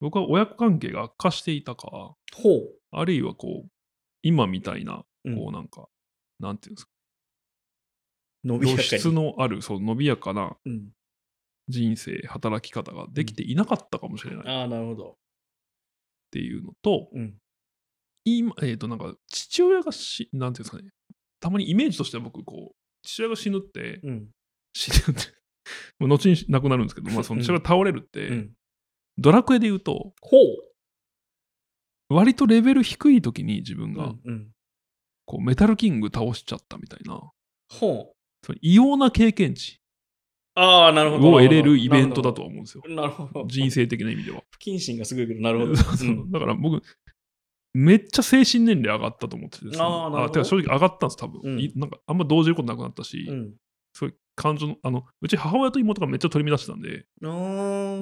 僕は親子関係が悪化していたか、ほう。あるいはこう、今みたいなうんこうなんか、なんていうんですか、伸びや露かに出のある、そう、伸びやかなうん、人生、働き方ができていなかったかもしれないっああ、なるほど。ていうのと、うん。今、えっ、と、なんか、父親がし、なんていうんですかね、たまにイメージとしては僕、こう、父親が死ぬ (laughs) って、うん。死ぬって、もう後に亡くなるんですけど、まあ、その父親が倒れるって、うん、ドラクエで言うと、ほう。割とレベル低い時に自分うが、んうん。こう、メタルキング倒しちゃったみたいな、ほう。その異様な経験値ああ、なるほど。を得れるイベントだとは思うんですよ。なるほど。人。生的な意味では。不謹慎がすごいけど、なるほど。そうそううんだから僕、めっちゃ精神年齢上がったと思ってて、そのあーなるほどてか正直上がったんです、多分、うんいなんかあんま動じることなくなったし、うん。すごい感情の、あの、うち母親と妹がめっちゃ取り乱してたんで、あなん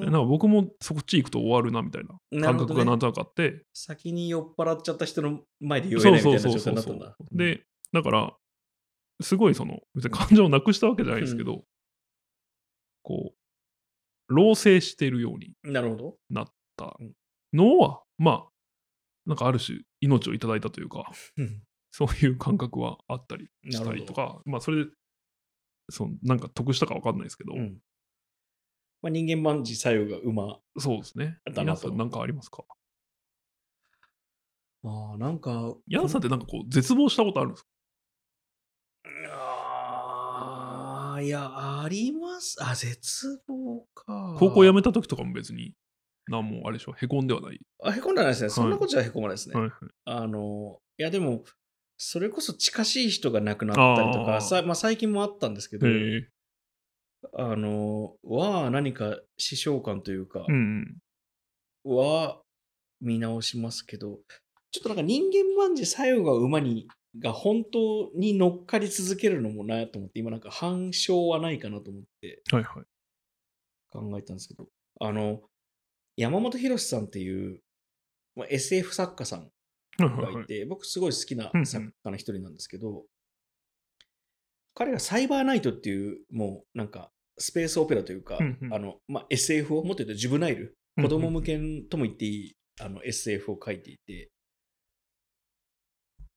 ーか僕もそっち行くと終わるなみたいななる感ほどね覚がなんとなくあって、先に酔っ払っちゃった人の前で言えそなういみそたういなそう状そ態にうなったんそだう。、で、だから、すごいその、別に感情をなくしたわけじゃないですけど、こう、老成しているようになるほど。なったのは、まあ、なんかある種、命をいただいたというか、そういう感覚はあったりしたりとか、まあ、それで、そのなんか得したか分かんないですけど、うん。まあ、人間万事作用が馬。そうですね。だ皆なさとんなんかありますかああ、なんか、ヤンさんってなんかこう、絶望したことあるんですかああ、いや、あります。あ、絶望か。高校辞め。めた時とかも別に、なんもあれでしょ、へこんではない。あ、へこんだないですね。そんなことじゃへこまないですね。はいはいあの、いや、でも、それこそ近しい人が亡くなったりとあーか、さまあ、最近もあったんですけど、へえ。あの、は何か死傷感というかう、んは見直しますけど、ちょっとなんか人間万事作用が馬に、が本当に乗っかり続けるのもなと思って、今なんか反証はないかなと思ってうん。はいはい。考えたんですけど、あの、山本博さんっていう、まあ、SF 作家さんはいがはいはいい。て、僕すごい好きなうんうん作家の一人なんですけど、彼がサイバーナイトっていう、もうなんかスペースオペラというか、うんうんあの、まあ、SF を持ってて、ジュブナイル、子供向けとも言っていい、あの SF を書いていて、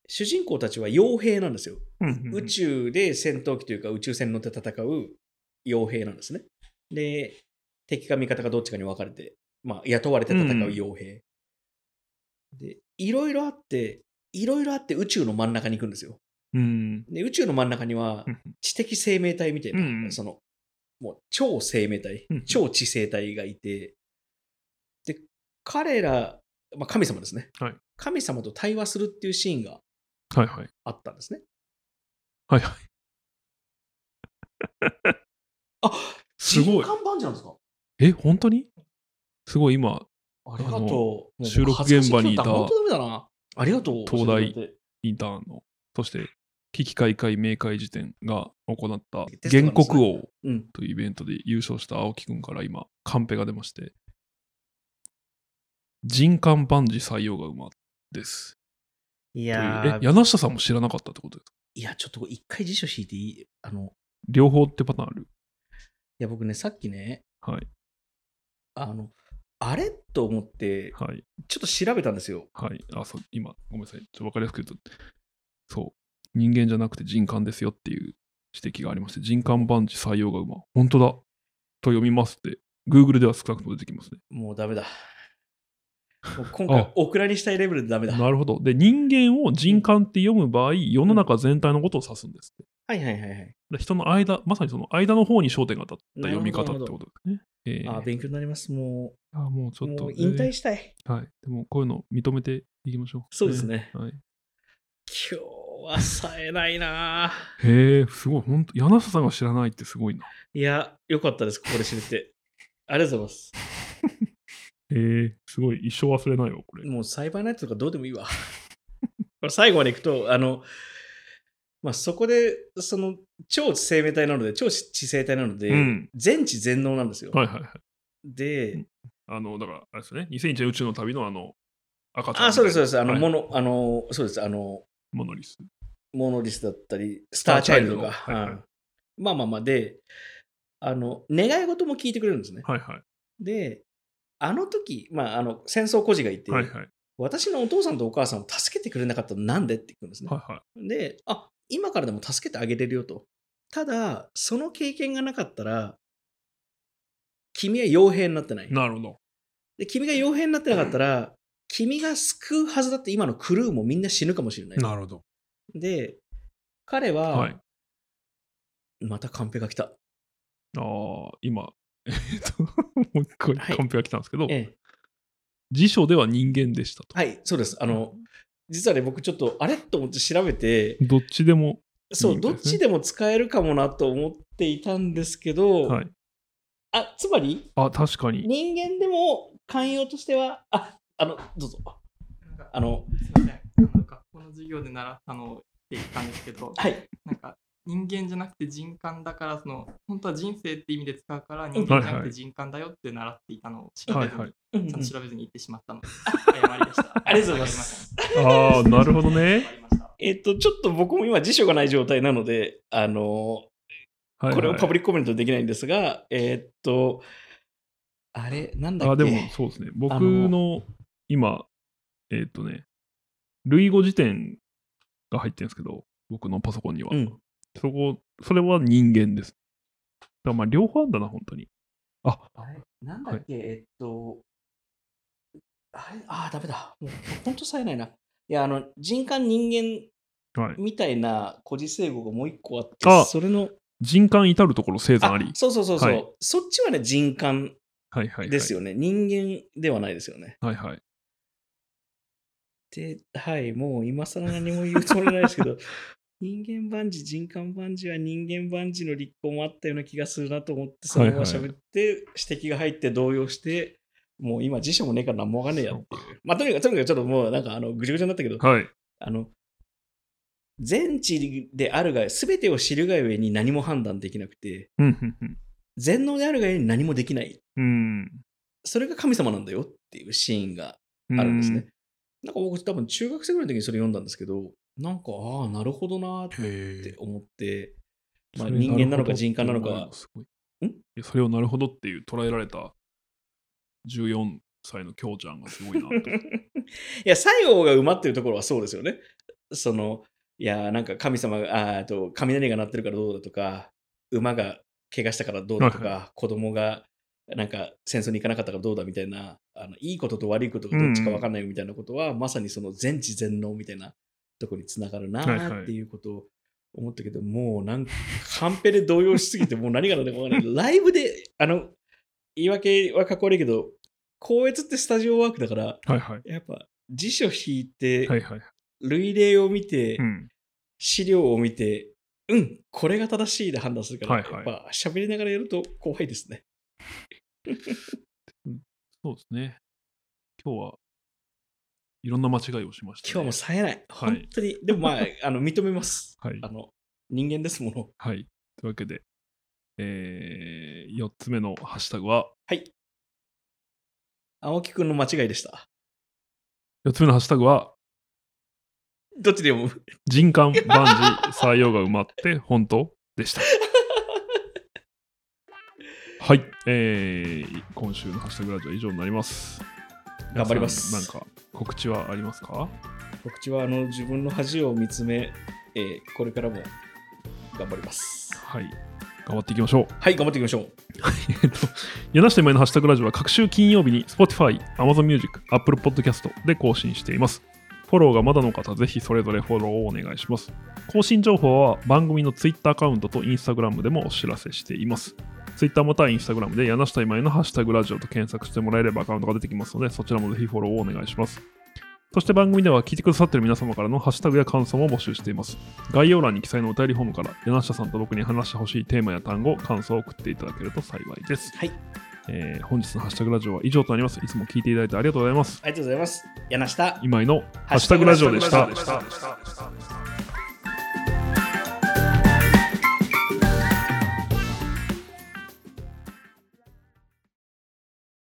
主人公たちは傭兵なんですよ。うんうんうん宇宙で戦闘機というか宇宙船に乗って戦う傭兵なんですね。で、敵か味方かどっちかに分かれて、まあ、雇われて戦う傭兵。で、いろいろあって、いろいろあって宇宙の真ん中に行くんですよ。うん。で、宇宙の真ん中にはうん知的生命体みたいな、うんうんその、もう超生命体うんうん、超知性体がいて、で、彼ら、まあ、神様ですね、はい神様と対話するっていうシーンがはいはい。あったんですね。はいはい。あ (laughs) すご人。い間バンジなんですかえ、本当にすごい今、ありがとう。収録現場にいたもう恥ずかしい今日本当ダメだな。ありがとう。東大教えてくれてインターンの、そして、危機開会明会辞典が行テったストなんですね原告王うん。というイベントで優勝した青木くんから今、カンペが出まして、人間万事採用が馬です。いというやえ、ー柳下さんも知らなかったってことですかいや、ちょっとこれ一回辞書引いていいあの、い両方ってパターンある。や、僕ね、さっきね、はい、あの、あれと思って、はい、ちょっと調べたんですよ。はい。あ、そう、今、ごめんなさい。ちょっとわかりやすく言うと、そう、人間じゃなくて人間ですよっていう指摘がありまして、人間万事採用が馬。本当だ。と読みますって、Google では少なくとも出てきますね。もうダメだ。もう今回あ、オクラにしたいレベルでダメだ。はなるほど。で、人間を人間って読む場合、世の中全体のことを指すんですって。いはいはいはい。で人の間、まさにその間の方に焦点が当たったなる読ほどみ方ってことですね。ええあー勉強になります。もあもうちう、ょっもと、う引退ししたい。はい。でも、こういうの認めていきましょう。そうですね。はい、今日は冴えないなーへえ、すごい。本当柳下さんが知らないってすごいな。いや、よかったです。ここで知れて。ありがとうございます。へえ、すごい。一生忘れないわ、これ。もうサイバーナイトとかどうでもいいわ。これ最後までいくと、あの、まあ、そこで、その、超生命体なので、超知性体なので、うん全知全能なんですよ。はいはいはい。で、あの、だから、あれですね。2001年宇宙の旅のあの、赤ちゃん。あ、そうです、そうです。あの、はいモノ、あの、そうです、あの、モノリス。モノリスだったり、スターチャイルドが。スターチャイルドはいはいうんまあまあまあ、で、あの、願い事も聞いてくれるんですね。はいはい。で、あの時、まあ、あの、戦争孤児がいて、はいはい。私のお父さんとお母さんを助けてくれなかったのなんでって聞くんですね。はいはで、あ今からでも助けてあげれるよと。ただ、その経験がなかったら、君は傭兵になってないい。。なるほど。で、君が傭兵になってなかったら、君が救うはずだって今のクルーもみんな死ぬかもしれない。なるほど。で、彼は、はい。またカンペが来た。ああ、今、 (laughs) えっと、もう一個はいカンペが来たんですけど、ええ、辞書では人間でしたと。はい、そうです。あの、実はね、僕ちょっと、あれと思って調べて、どっちでも、そ、いいうみたいどっですねちでも使えるかもなと思っていたんですけど、はい。あ、つまり、あ、確かに。人間でも寛容としては、あ、あの、どうぞ。なんかあの、すみません。あの学校の授業で習ったのって言ったんです (laughs) けど、はい。なんか人間じゃなくて人間だから、その本当は人生って意味で使うから、人間じゃなくて人間だよって習っていたのを調はべいずに、はい。うんちゃうんんと調べずに言ってしまっ (laughs) たので、謝りでした。ありがとうございます。ああ、なるほど (laughs) ね。わかりました。えっと、ちょっと僕も今辞書がない状態なので、あの、はいはいこれをパブリックコメントできないんですが、えっと、あれ、なんだあ、っけでもそうですね。僕あのの今、えっ、とね、類語辞典が入ってるんですけど、僕のパソコンには。うん。そこ、それは人間です。だからまあ両方あんだな、本当に。あ、あれなんだっけ、えっと、あれあー、ダメだ。もう、ほんと冴えないな。いや、あの、人間人は間。いみたいな孤児聖語がもう一個あって、あそれの、人間至るところ生産あり。そうそうそうそう、はいそっちはね、人間はいはい、はい。ですよね、人間ではないですよね。はいはい。で、はい、もう今更何も言うつもりないですけ (laughs) ど、人間万事、人間万事は人間万事の立候もあったような気がするなと思って、そのまま喋って、指摘が入って動揺して、もう今辞書もねえから何もわかんねえやっていう。まあ、とにかく、とにかくちょっともうなんかあのぐちゃぐちゃになったけど、はい。あの、全知であるが、すべてを知るがゆえに何も判断できなくて、うんうんうん全能であるがゆえに何もできない。うん。それが神様なんだよっていうシーンがうんあるんですね。。なんか僕多分中学生ぐらいの時にそれ読んだんですけど、なんかああ、なるほどなーっへてえ。思って、まあそれ人間なのかるほどって人間なのか思うすごいんいやそれをなるほどっていう捉えられた14歳の京ちゃんがすごいな (laughs) と。いや、西郷が馬っていうところはそうですよね。その、いや、なんか神様が、あーえっと雷が鳴ってるからどうだとか、馬が怪我したからどうだとはいか、子供がなんか戦争に行かなかったからどうだみたいな、あのいいことと悪いことがどっちか分かんないみたいなことは、まさにその全知全能みたいなとこにつながるなはいはいーっていうことを思ったけど、もうなんかカンペで動揺しすぎて、もう何が何だか分からない。ライブで、あの、言い訳はかっこ悪いけど、高越ってスタジオワークだから、はいはい。やっぱ辞書引いて、はいはい。類例を見て、うん。資料を見て、うん、これが正しいで判断するから、はいはいやっぱ喋りながらやると怖いですね。そうですね。今日はいろんな間違いをしました、ね。今日も冴えない。はい本当に。でも (laughs) まあ、あの認めます。はいあ。の人間ですもの。はい。というわけで、え4つ目のハッシュタグは、はい。青木くんの間違いでした。 4つ目のハッシュタグは、どっちで読む人間万事採用が埋まって本当 (laughs) でした。はい、えー、今週のハッシュタグラジオは以上になります。頑張ります皆さんなんか告知はありますか告知はあの自分の恥を見つめ、えーこれからも頑張ります。はい。頑張っていきましょう。 (laughs) はい、頑張っていきましょう。えっと、柳下今井のハッシュタグラジオは各週金曜日に Spotify、Amazon Music、Apple Podcast で更新しています。フォローがまだの方、ぜひそれぞれフォローをお願いします。更新情報は番組の Twitter アカウントと Instagram でもお知らせしています。Twitter または Instagram で柳下今井のハッシュタグラジオと検索してもらえればアカウントが出てきますので、そちらもぜひフォローをお願いします。そして番組では聞いてくださっている皆様からのハッシュタグや感想も募集しています。概要欄に記載のお便りフォームから柳下さんと僕に話してほしいテーマや単語、感想を送っていただけると幸いです。はい、えー本日のハッシュタグラジオは以上となります。いつも聞いていただいてありがとうございます。ありがとうございます。柳下。今井のハッシュタグラジオでした。でした